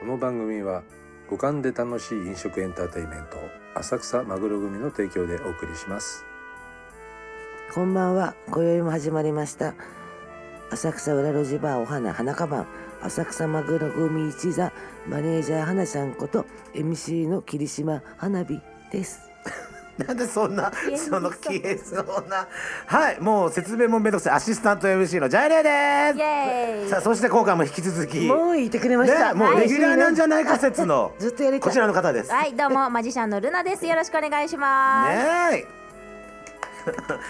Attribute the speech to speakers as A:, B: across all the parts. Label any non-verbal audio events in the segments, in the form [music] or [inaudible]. A: この番組は五感で楽しい飲食エンターテインメント浅草マグロ組の提供でお送りします
B: こんばんは。今宵も始まりました。浅草裏路地バーお花花かばん浅草マグロ組一座マネージャー花ちゃんこと MC の霧島花火です。
C: [laughs] なんでそんな
D: え
C: その
D: そう
C: 消えそうなはいもう説明もめんどくさいアシスタント MC のジャイレー
D: イ
C: で
D: エーイ
C: すさあそして今回も引き続き
B: もう言ってくれました。
C: ねもうレギュラーなんじゃ
B: な
C: ないか説
D: [laughs]
C: の
B: ずっとやりたい
C: こちらの方です
D: はいどうもマジシャンのルナですよろしくお願いします、
C: ね
B: い。ね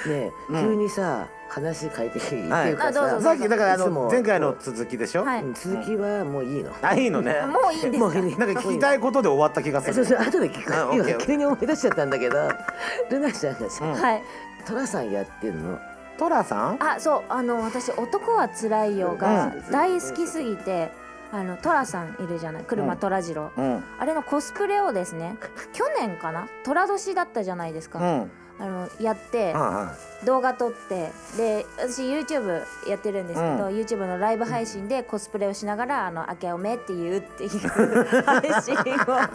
B: え、
C: うん
B: 急にさ話変えていい、って
C: はい
B: いうか
D: あどう
B: さ
D: ぞ
C: え、さっきだからあ
B: いつも
C: の前回の続きでしょ、
D: は
B: う
D: い
B: ん続きはもういいの。
C: あいいのね
D: もういいんです
B: も
D: か
B: ういい。
C: なんか聞きたいことで終わった気がす
B: そうそ
C: る
B: う後で聞く
C: あオッケー
B: 今急に思い出しちゃったんだけどルナちゃんがさ、
C: うん
D: はい
B: トラさんやってんの
C: トラさん
D: あそうあの私「男はつらいよ」
B: う
D: が
B: ん
D: 大好きすぎてあのトラさんいるじゃない車トラジロ
C: うん
D: あれのコスプレをですね去年かなトラ年だったじゃないです
C: う
D: か、
C: んうん
D: あのやって
C: うん
D: 動画撮ってで私 YouTube やってるんですけど、
C: う
D: YouTube のライブ配信でコスプレをしながら「あの明けおめ」っていうっていう配信を
B: [laughs]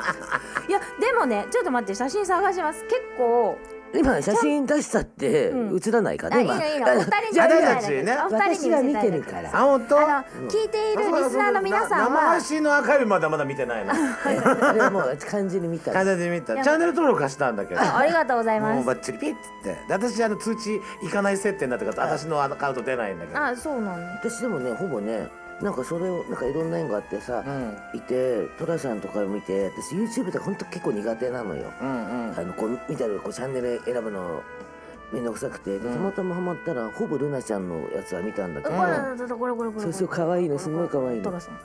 D: いやでもねちょっと待って写真探します結構
B: 今写真出したって
D: うん
B: 映らないか
D: あ
B: ね、
D: いい
B: 今
D: のいいのお二人に見せ
B: じゃあ
D: たい
C: 私たちね
D: だけお二人
B: 私
D: に
B: は
D: 見せ
B: 見
D: た
B: て
D: いだ
B: る
D: け
B: から
C: あ本当
D: あの聞いているリスナーの皆さん
C: 生
D: は
C: 配信のアーカイブまだまだ見て
D: [laughs]
C: ないの
B: あれもう漢字に見たら
C: 完全に見たチャンネル登録はしたんだけ
D: [laughs]
C: ど
D: あありがとうござい
C: も
D: ま
C: うバッ
D: す
C: チリピッつってで私あの通知行かない設定になってから私のアカウント出ないんだけど
D: あそうなん
B: 私でもねほぼねなんかそれをなんかいろんな縁があってさ、
C: うん
B: いてトラさんとか見て私 YouTube とかほんと結構苦手なのよ、
C: うんうん
B: あのこう見たりこうチャンネル選ぶのめんどくさくてでたまたまハマったらほぼルナちゃんのやつは見たんだけ
D: だ
B: ど、
D: これこれこれこれ
B: そうそう可愛いのすごい可愛いの
D: トラさん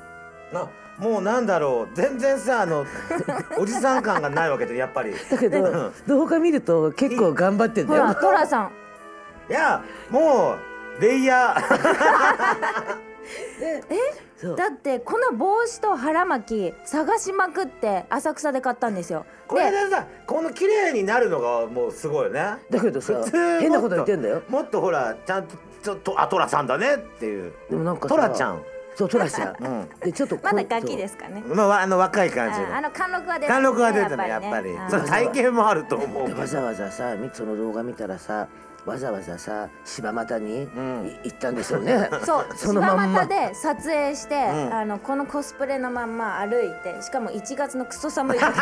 C: あもうなんだろう全然さあの [laughs] おじさん感がないわけでやっぱりい
B: だけ
C: う
B: ど
C: ん
B: 動画見ると結構頑張ってん
D: ほ
B: だよ
D: らトラさん
C: やもうレイヤ
B: [laughs]
C: ー
B: そう
D: だってこの帽子と腹巻き探しまくって浅草で買ったんですよ
C: これでさこの綺麗になるのがもうすごいよね
B: だけどさ
C: 普通もっ
B: 変なこと言ってんだよ
C: もっとほらちゃんとちょっとあトラさんだねっていう
B: でもなんかさ
C: トラちゃん
B: そうトラちゃん、
C: うん
B: でちょっとこ
D: ま
B: う
D: だガキですかね
C: まああの若い
D: あ
C: 感じ
D: ー
C: の
D: あの貫禄は出た
C: 貫禄が出たのやっぱり
D: ね
C: そ
D: あ
C: れ
D: ー
C: 体験もあると思う
B: でわざわざさみその動画見たらさわざわざさ柴又にい
C: ん
B: 行ったんでしょうね
D: [laughs] そう
C: [laughs]
B: そのまんま
D: 柴又で撮影して、
C: ん
D: あのこのコスプレのまんま歩いてしかも1月のクソ寒い
C: [laughs]
D: 時に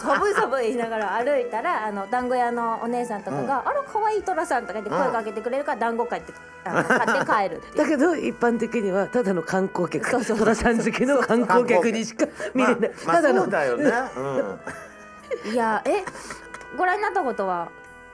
D: 寒い寒い言いながら歩いたらあの団子屋のお姉さんとかが「あら可愛いトラさん」とか言って声かけてくれるから団子買ってあの買って帰るっていう
B: だけど一般的にはただの観光客トラさん好きの観光客にしか [laughs] 見れない、
C: まあ、
B: ただ
C: まあ、
B: の
C: そうだよね、
D: いやえご覧になったことは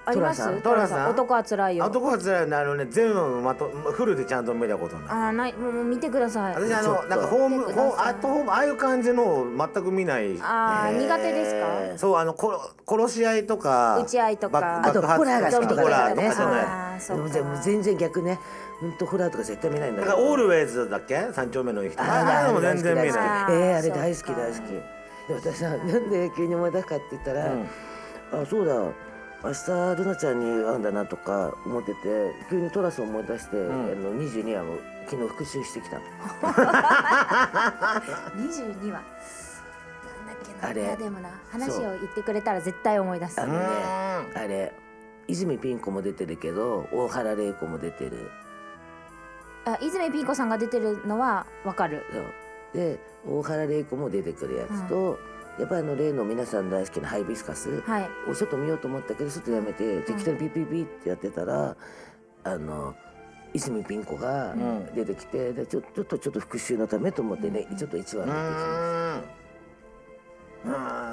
D: あります
C: トラさんトラさん
D: 男はつら
C: う
D: い
C: ん、
D: よ
C: 男はつらいのあのね全部まとフルでちゃんと見たことない
D: あーないもうもう見てください
C: 私あ
B: ちょっ
C: の
B: と
C: なんかホーム
D: 見てください
C: ホームアットホームああいう感じのを全く見ない
D: あー苦手ですか
C: そうあのこ殺し合いとか
D: 打ち合いとか
C: 爆
B: あと
C: 爆発
B: ホラーが好きとか
C: ホラ
B: だ
C: ー
B: よ
C: と
B: ね
C: かじゃない
D: あーそ
B: で
D: うか
B: も全部全然逆ね本当ホラーとか絶対見ないんだ
C: だ
B: け
C: か
B: ど
C: らオールウェイズだっけ三丁目の人ああいうのも全然見
B: え
C: ない
D: あ
B: え
D: ー
B: あれ大好き
D: そっか
B: 大好きで私さなんで急に思い出すかって言ったら、あそうだ明日ルナちゃんに会うんだなとか思ってて急にトラスを思い出して、あの22話を昨日復習してきたの
D: 22話なんだっけな
B: あれ
D: いやでもな話
B: そう
D: を言ってくれたら絶対思い出す
B: あのね
C: う
B: あれ泉ピン子も出てるけど大原玲子も出てる
D: あ泉ピン子さんが出てるのはわかる
B: そうで大原玲子も出てくるやつと、やっぱりあの例の皆さん大好きなハイビスカス、
D: はい
B: をちょっと見ようと思ったけどちょっとやめて適当にピッピッピッってやってたら、あの泉ピン子が
C: ん
B: 出てきて、でちょちょっとちょっと復習のためと思ってね、ちょっと一話見てきま
C: うんう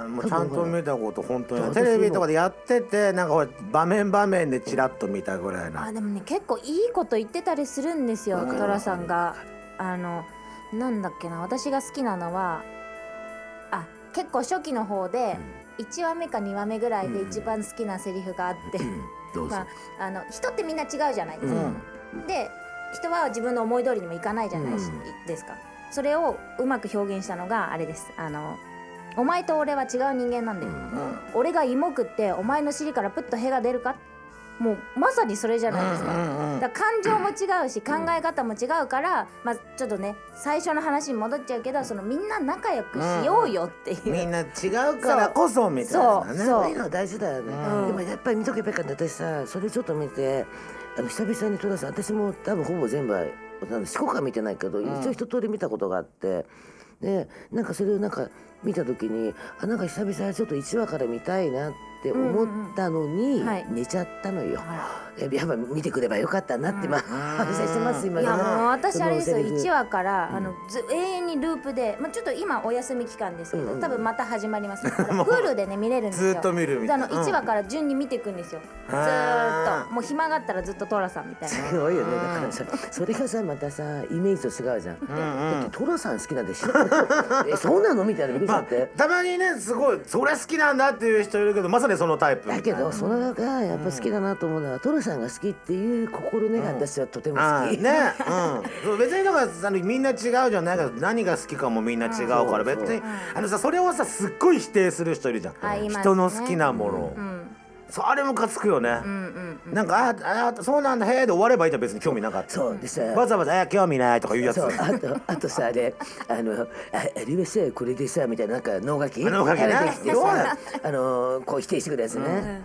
C: んもうちゃんと見たこと本当にテ
B: 私も
C: レビとかでやっててなんかほら場面場面でチラッと見たぐらいな
D: あでもね結構いいこと言ってたりするんですよ
B: わかる
D: トラさんがあのなんだっけな私が好きなのはあ結構初期の方で、1話目か2話目ぐらいで一番好きなセリフがあ
C: [laughs]
D: って、
B: すどうぞ、
D: まあ、あの人ってみんな違うじゃないですか、で人は自分の思い通りにもいかないじゃないしですか、それをうまく表現したのがあれですあのお前と俺は違う人間なんだよ、俺が芋食ってお前の尻からプッと屁が出るかもうまさにそれじゃ
C: う
D: ないですか。
C: んうんうん
D: だから感情も違うし考え方も違うから、まあちょっとね最初の話に戻っちゃうけどそのみんな仲良くしようよっていう、
C: みんな違うからこそみたいなね
D: そう
B: そういうのは大事だよね、
D: うん
B: でもやっぱり見とけばいいかった私さそれちょっと見てあの久々に戸田さん私も多分ほぼ全部はあの四国は見てないけど、一応一通り見たことがあってでなんかそれをなんか見た時にあなんか久々ちょっと1話から見たいなって思ったのに、
D: うんはい
B: 寝ちゃったのよ、
D: は
B: ややっぱ見てくればよかったなって、まあ反省してます今
D: いやもう私
B: その
D: あれですよ
B: セリフ
D: 1話から、あのず永遠にループで、まあ、ちょっと今お休み期間ですけど、多分また始まります
C: [laughs] もう
D: Hulu でね見れるんですよ
C: ずっと見るみたいな
D: であの1話から順に見ていくんですよ、ずーっともう暇があったらずっと寅さんみたいな
B: すごいよねだからさそれがさまたさイメージと違うじゃん、だってトラさん好きなんでしょ
C: [laughs]
B: えそうなのみたいなびっくりしちゃ
C: まあ
B: って、
C: たまにねすごいそれ好きなんだっていう人いるけどまさにそのタイプ
B: だけどそれがやっぱ好きだなと思うのは、トラさんが好きっていう心根が私はとても
C: あ
B: 好
C: ー
B: き、
C: ね、うんそう、別にだからあのみんな違うじゃないけど何が好きかもみんな違うから別にあのさそれをさすっごい否定する人いるじゃん、
D: あいますね
C: 人の好きなものを、
D: うん
C: そうあれムカつくよね、
D: うん
C: なんかああそうなんだへえで終わればいいじゃん別に興味なかった
B: そうでさ
C: わざわざあ興味ないとか言うやつ
B: そうあとあとさあれあのああれはさこれでさみたいななんか脳書き
C: あ脳書きね
B: あれできて
C: どう
B: さ
C: な
B: あのこう否定してくるやつね、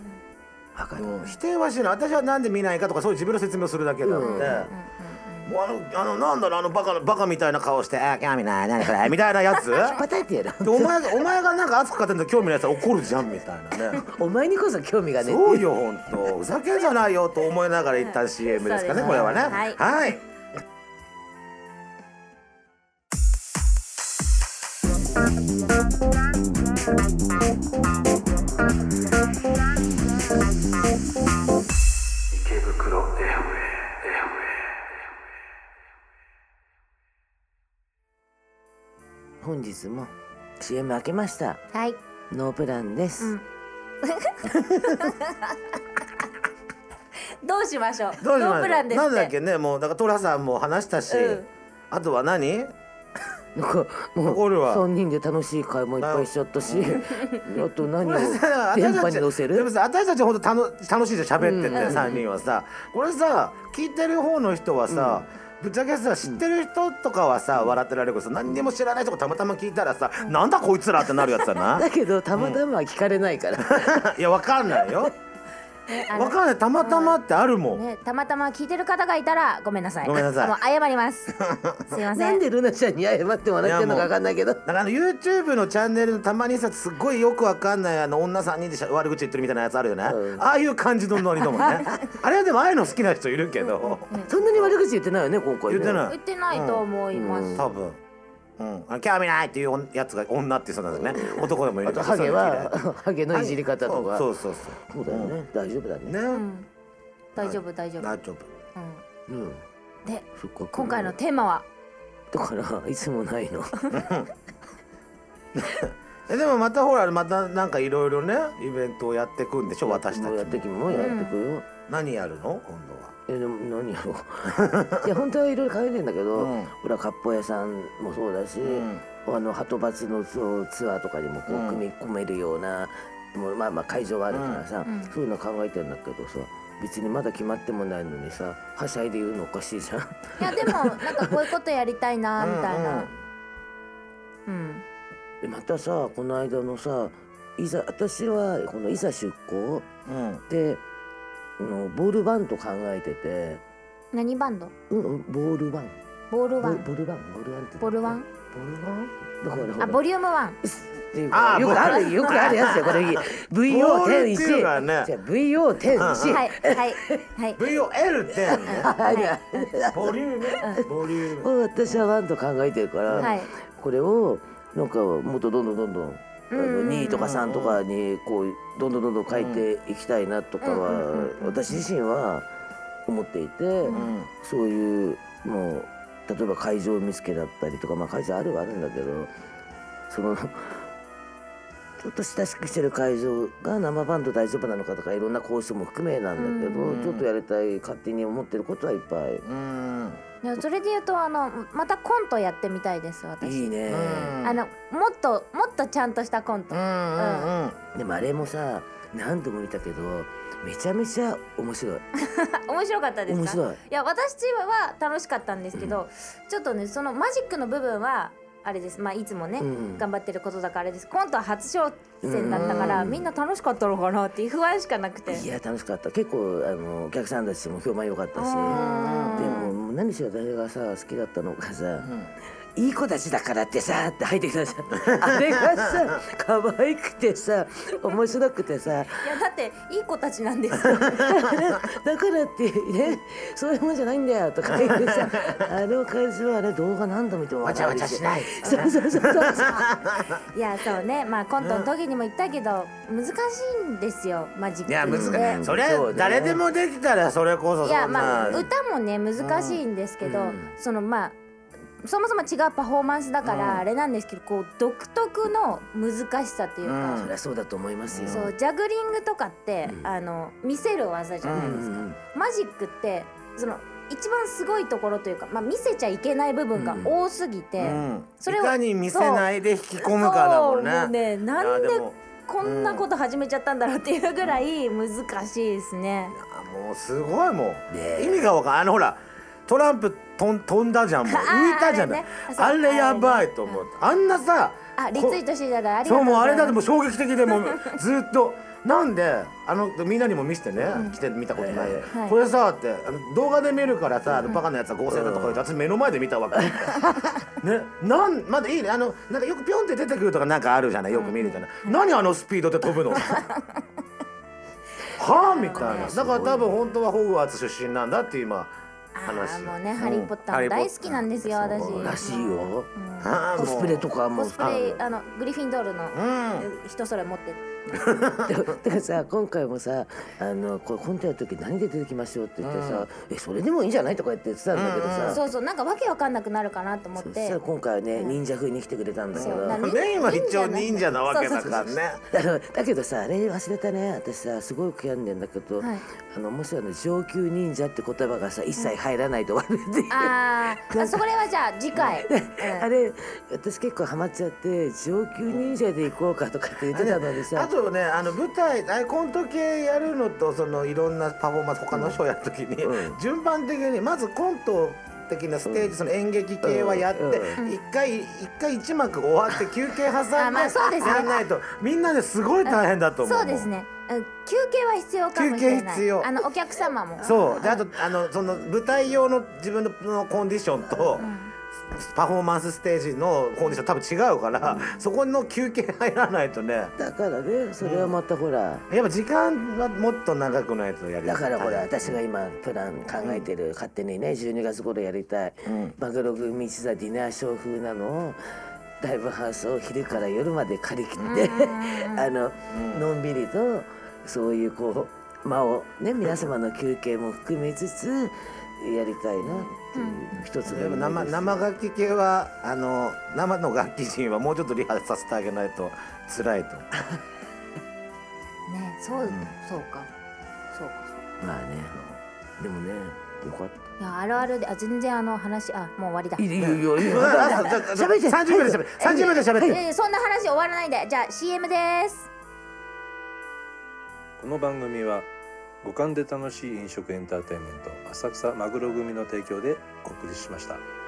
B: わかる
C: うん否定はしない私はなんで見ないかとかそういう自分の説明をするだけなので、もうあのあのなんだろうあのバカなバカみたいな顔して「あ興味ない何これ」みたいなや
D: [laughs]
C: つ
B: パタ
C: [laughs]
B: ってやる
C: でお前がお前がなんか熱く語ってんの興味ないやつは怒るじゃんみたいなね
B: お前にこそ興味がねえって
C: そうよ本当ふざけんじゃないよと思いながら一旦 CM ですかね
D: そうですね
C: これはね
D: はい
C: はい
E: 池袋 FM
B: 本日も CM 開けました
D: はい
B: ノープランです、
D: うんどうしましょう
C: どうし
D: ノ
C: ま
D: ー
C: し
D: プランです
C: な
D: っ
C: ん
D: て
C: だっけねもうだから寅さんも話したし、
D: うん
C: あとは何
B: なんかも
C: 残
B: う
C: るわ
B: 三人で楽しい会もいっぱいしちゃったし、あと
C: [laughs]
B: 何を電波に乗せ
C: で
B: る
C: も？さ私たち本当楽楽しいじゃん喋ってて三、人はさこれさ聞いてる方の人はさ、ぶっちゃけさ知ってる人とかはさ、笑ってられるけどさ何にも知らない人がたまたま聞いたらさ、なんだ [laughs] こいつらってなるやつだな
B: だけどたまたまは聞かれないから、
C: いやわかんないよ
D: あの
C: わかんないたまたまってあるもん、
D: ね、たまたま聞いてる方がいたらごめんなさい
C: ごめんなさい
D: もう謝ります
C: [laughs]
D: すいませ
B: なんんでルナちゃんに謝ってもらってるのかわかんないけど。
C: だからあの YouTube のチャンネルのたまにさすっごいよくわかんないあの女3人でしゃ悪口言ってるみたいなやつあるよね、
B: うん
C: ああいう感じのノリだもんねあれはでもああいうの好きな人いるけど、
B: そんなに悪口言ってないよね今回ね。
C: 言ってない
D: 言ってないと思います、
C: 多分、うん、あの興味ないっていうやつが女ってそうなんですね男でもいる
B: あ
C: け
B: と
C: ど
B: ハゲ
C: そういうの嫌い
B: はハゲのいじり方とか。
C: そ
B: そう
C: うそうそう
B: だよね、大丈夫だ
C: う
B: ね。
C: んね、
D: うん大丈夫大丈夫、
C: 大丈夫
D: うん
B: うん。
D: で
B: そっか
D: 今回のテーマは
B: だからいつもないの。
C: えでもまたほらまたなんかいろいろねイベントをやってくんでしょ私た
B: もうやって
C: ち
B: きもやってくよ。
C: 何やるの今度は
B: えでも何やろういや本当はいろいろ考えてんだけど、
C: うん
B: ほら割烹屋さんもそうだし、
C: ん
B: あの鳩バチのツツアーとかにもこ
C: うん
B: う組み込めるような、もうまあまあ会場があるからさ、
D: うん
B: そういうの考えてんだけどさ別にまだ決まってもないのにさはしゃいで言うのおかしいじゃん [laughs]
D: いやでもなんかこういうことやりたいなみたいなうん、
B: でまたさこの間のさいざ私はこのいざ出航
C: うんうん
B: であのボールバンと考えてて、
D: 何バンド
B: うんうん、ボールバン
D: ボール
B: ボ
D: ワン
B: ボールバンボールバンって
D: ボルワン
B: ボルワンだからほら
D: あボリュームワン
B: っていう
C: あ
B: か
C: ー
B: よくあ
C: ボー
B: る
C: ル
B: よくあるやつよこれ
C: [laughs] ボールっていうの
B: VO101
C: はね
B: じゃあ VO101
D: はい
B: [laughs]
D: はいはい
C: VOL ってやるねボリュームボリューム
B: 私はワンと考えてるから、
D: はい
B: これをなんかもっとどんどんどんどんあ
D: うんうん
B: の
D: うん
B: 2とか3とかにこうどんどんどんどん書いていきたいなとか
D: うんうん
B: は私自身は思っていて
C: うん
B: そういうもう例えば会場見つけだったりとかまあ会場あるはあるんだけどその。ちょっと親しくしてる会場が生バンド大丈夫なのかとかいろんな交渉も含めなんだけど、
C: うん
B: ちょっとやりたい勝手に思ってることはいっぱい
C: うん
D: いやそれで言うとあのまたコントやってみたいです私
B: いいね、
C: うん
D: あのもっともっとちゃんとしたコント、
C: うんうんうん
B: でもあれもさ何度も見たけどめちゃめちゃ面白い
D: 面白かったですか
B: 面白い
D: や私チームは楽しかったんですけど、ちょっとねそのマジックの部分はあれですまあいつもね、
B: うん
D: 頑張ってることだからあれですコントは初挑戦だったから、
B: うん
D: みんな楽しかったのかなっていう不安しかなくて
B: いや楽しかった結構あのお客さんたちも評判良かったし
D: うん
B: でももう何しろ私がさ好きだったのがさ、
C: ん
B: いい子たちだからってさって入ってきたじゃ
C: [laughs]
B: んあれがさ可愛くてさ面白くてさ [laughs]
D: いやだっていい子たちなんですよ
B: だからってねそういうもんじゃないんだよとか言って
C: [laughs]
B: さあの感じはあれ動画何度見ても
C: わちゃわちゃしない
B: そうそうそうそう
D: いやそうねまあコントの時にも言ったけど、難しいんですよマジック
C: いや難しい、
D: で
C: そりゃ誰でもできたらそれこそそん
D: い
C: な
D: やまあ
C: うん
D: 歌もね難しいんですけど、
B: うん
D: そのまあそもそも違うパフォーマンスだからあれなんですけど、こう独特の難しさというか、
B: そりゃそうだと思いますよ
D: そうジャグリングとかって、
B: うん
D: あの見せる技じゃないですか、マジックってその一番すごいところというか、まあ、見せちゃいけない部分が多すぎて、
C: うん、
D: そ
C: そ
D: れ
C: れい
D: を
C: かに見せないで引き込むかだもんね
D: そうもうねなんで
C: いやも
D: こんなこと始めちゃったんだろうっていうぐらい難しいですね。
C: あもうすごいも
B: ね
C: う、
B: え
C: 意味がわかんないあのほらトランプとん飛んだじゃんもう
D: [laughs] あー
C: 浮いたじゃない
D: あれねあそう
C: あれ,、やばいと思う、あんなさ
D: あリツイートしていただいてあり
C: そ
D: がと
C: う
D: うご
C: もうあ
D: ざ
C: れ
D: い
C: だ
D: ま
C: って
D: す
C: もう衝撃的でもう
D: [laughs]
C: ずっとなんであのみんなにも見せてね、来て見たことない、
D: はい
C: これさってあの動画で見るからさ、あのバカなやつは合成だとか言って私目の前で見た
D: [laughs]
C: わけねなんまだいいねあのなんかよくピョンって出てくるとかなんかあるじゃないよく見るじゃない、何あのスピードで飛
D: [laughs]
C: ぶのはあみたいなだから多分本当はホグワーツ出身なんだって今話
D: あーもうね、ハリー・ポッタ
C: ハ
D: ー
C: リ
D: も
C: ーポッ
D: 大好きなんですよ私
C: そう
B: らしいよ
C: あー
B: コ
C: もう
B: スプレとかも
D: コスプレあのグリフィンドールの
C: う
D: 人それ持って
B: [laughs] だからさ今回もさあのこれコントやる時何で出てきましょうって言ってさ、えそれでもいいんじゃないとか言って言ってたんだけどさ、
D: そうそうなんかわけわかんなくなるかなと思っ
B: そしてたら今回はね、忍者風に来てくれたんだけ
D: そう
B: ど
D: な。る
C: メインは一応忍者なわけだからね
B: [laughs] だからだけどさあれ忘れたね私さすごい悔やんでんだけど、
D: はい
B: あのもしあの上級忍者って言葉がさ一切入らないと終わるっていう、
D: あーあそこれはじゃあ
C: [laughs]
D: 次回、
B: [laughs] あれ私結構ハマっちゃって上級忍者で行こうかとかって言ってたのに
C: あ
B: さ、
C: とねあの舞台あコント系やるのとそのいろんなパフォーマンス他のショーやるときに、
B: うん
C: 順番的にまずコント的なステージ、その演劇系はやって一、
B: う
C: 回一回一幕終わって休憩挟んで
D: あまあそうですね
C: やんないとみんなですごい大変だと思う。
D: そうですね、うん、休憩は必要かもしれ
C: 休憩
D: ない
C: 必要
D: あのお客様も
C: そうであとあのその舞台用の自分のコンディションと、パフォーマンスステージのコンディション多分違うから、そこの休憩入らないとね
B: だからねそれはまたほら、
C: やっぱ時間はもっと長くないとやり
B: だからほら
C: 大変
B: 私が今プラン考えてる、勝手にね12月頃やりたい、マグロ組一座ディナーショー風なのをライブハウスを昼から夜まで借り切って [laughs] あの、のんびりとそういうこう間をね皆様の休憩も含めつつやりたいなっていう一つの
C: でも
B: 夢
C: 生
B: です
C: 生楽器系はあの生の楽器人はもうちょっとリハさせてあげないと辛いと
D: ねそう、そうかそうかそうか
B: まあねでもねよかっ
D: いやあるあるであ全然あの話あもう終わりだ
B: たいいよいいよいいよ
C: 喋って30秒で喋って30秒で喋って
D: えーそんな話終わらないでじゃあ CM です
A: この番組は五感で楽しい飲食エンターテインメント浅草マグロ組の提供でお送りしました。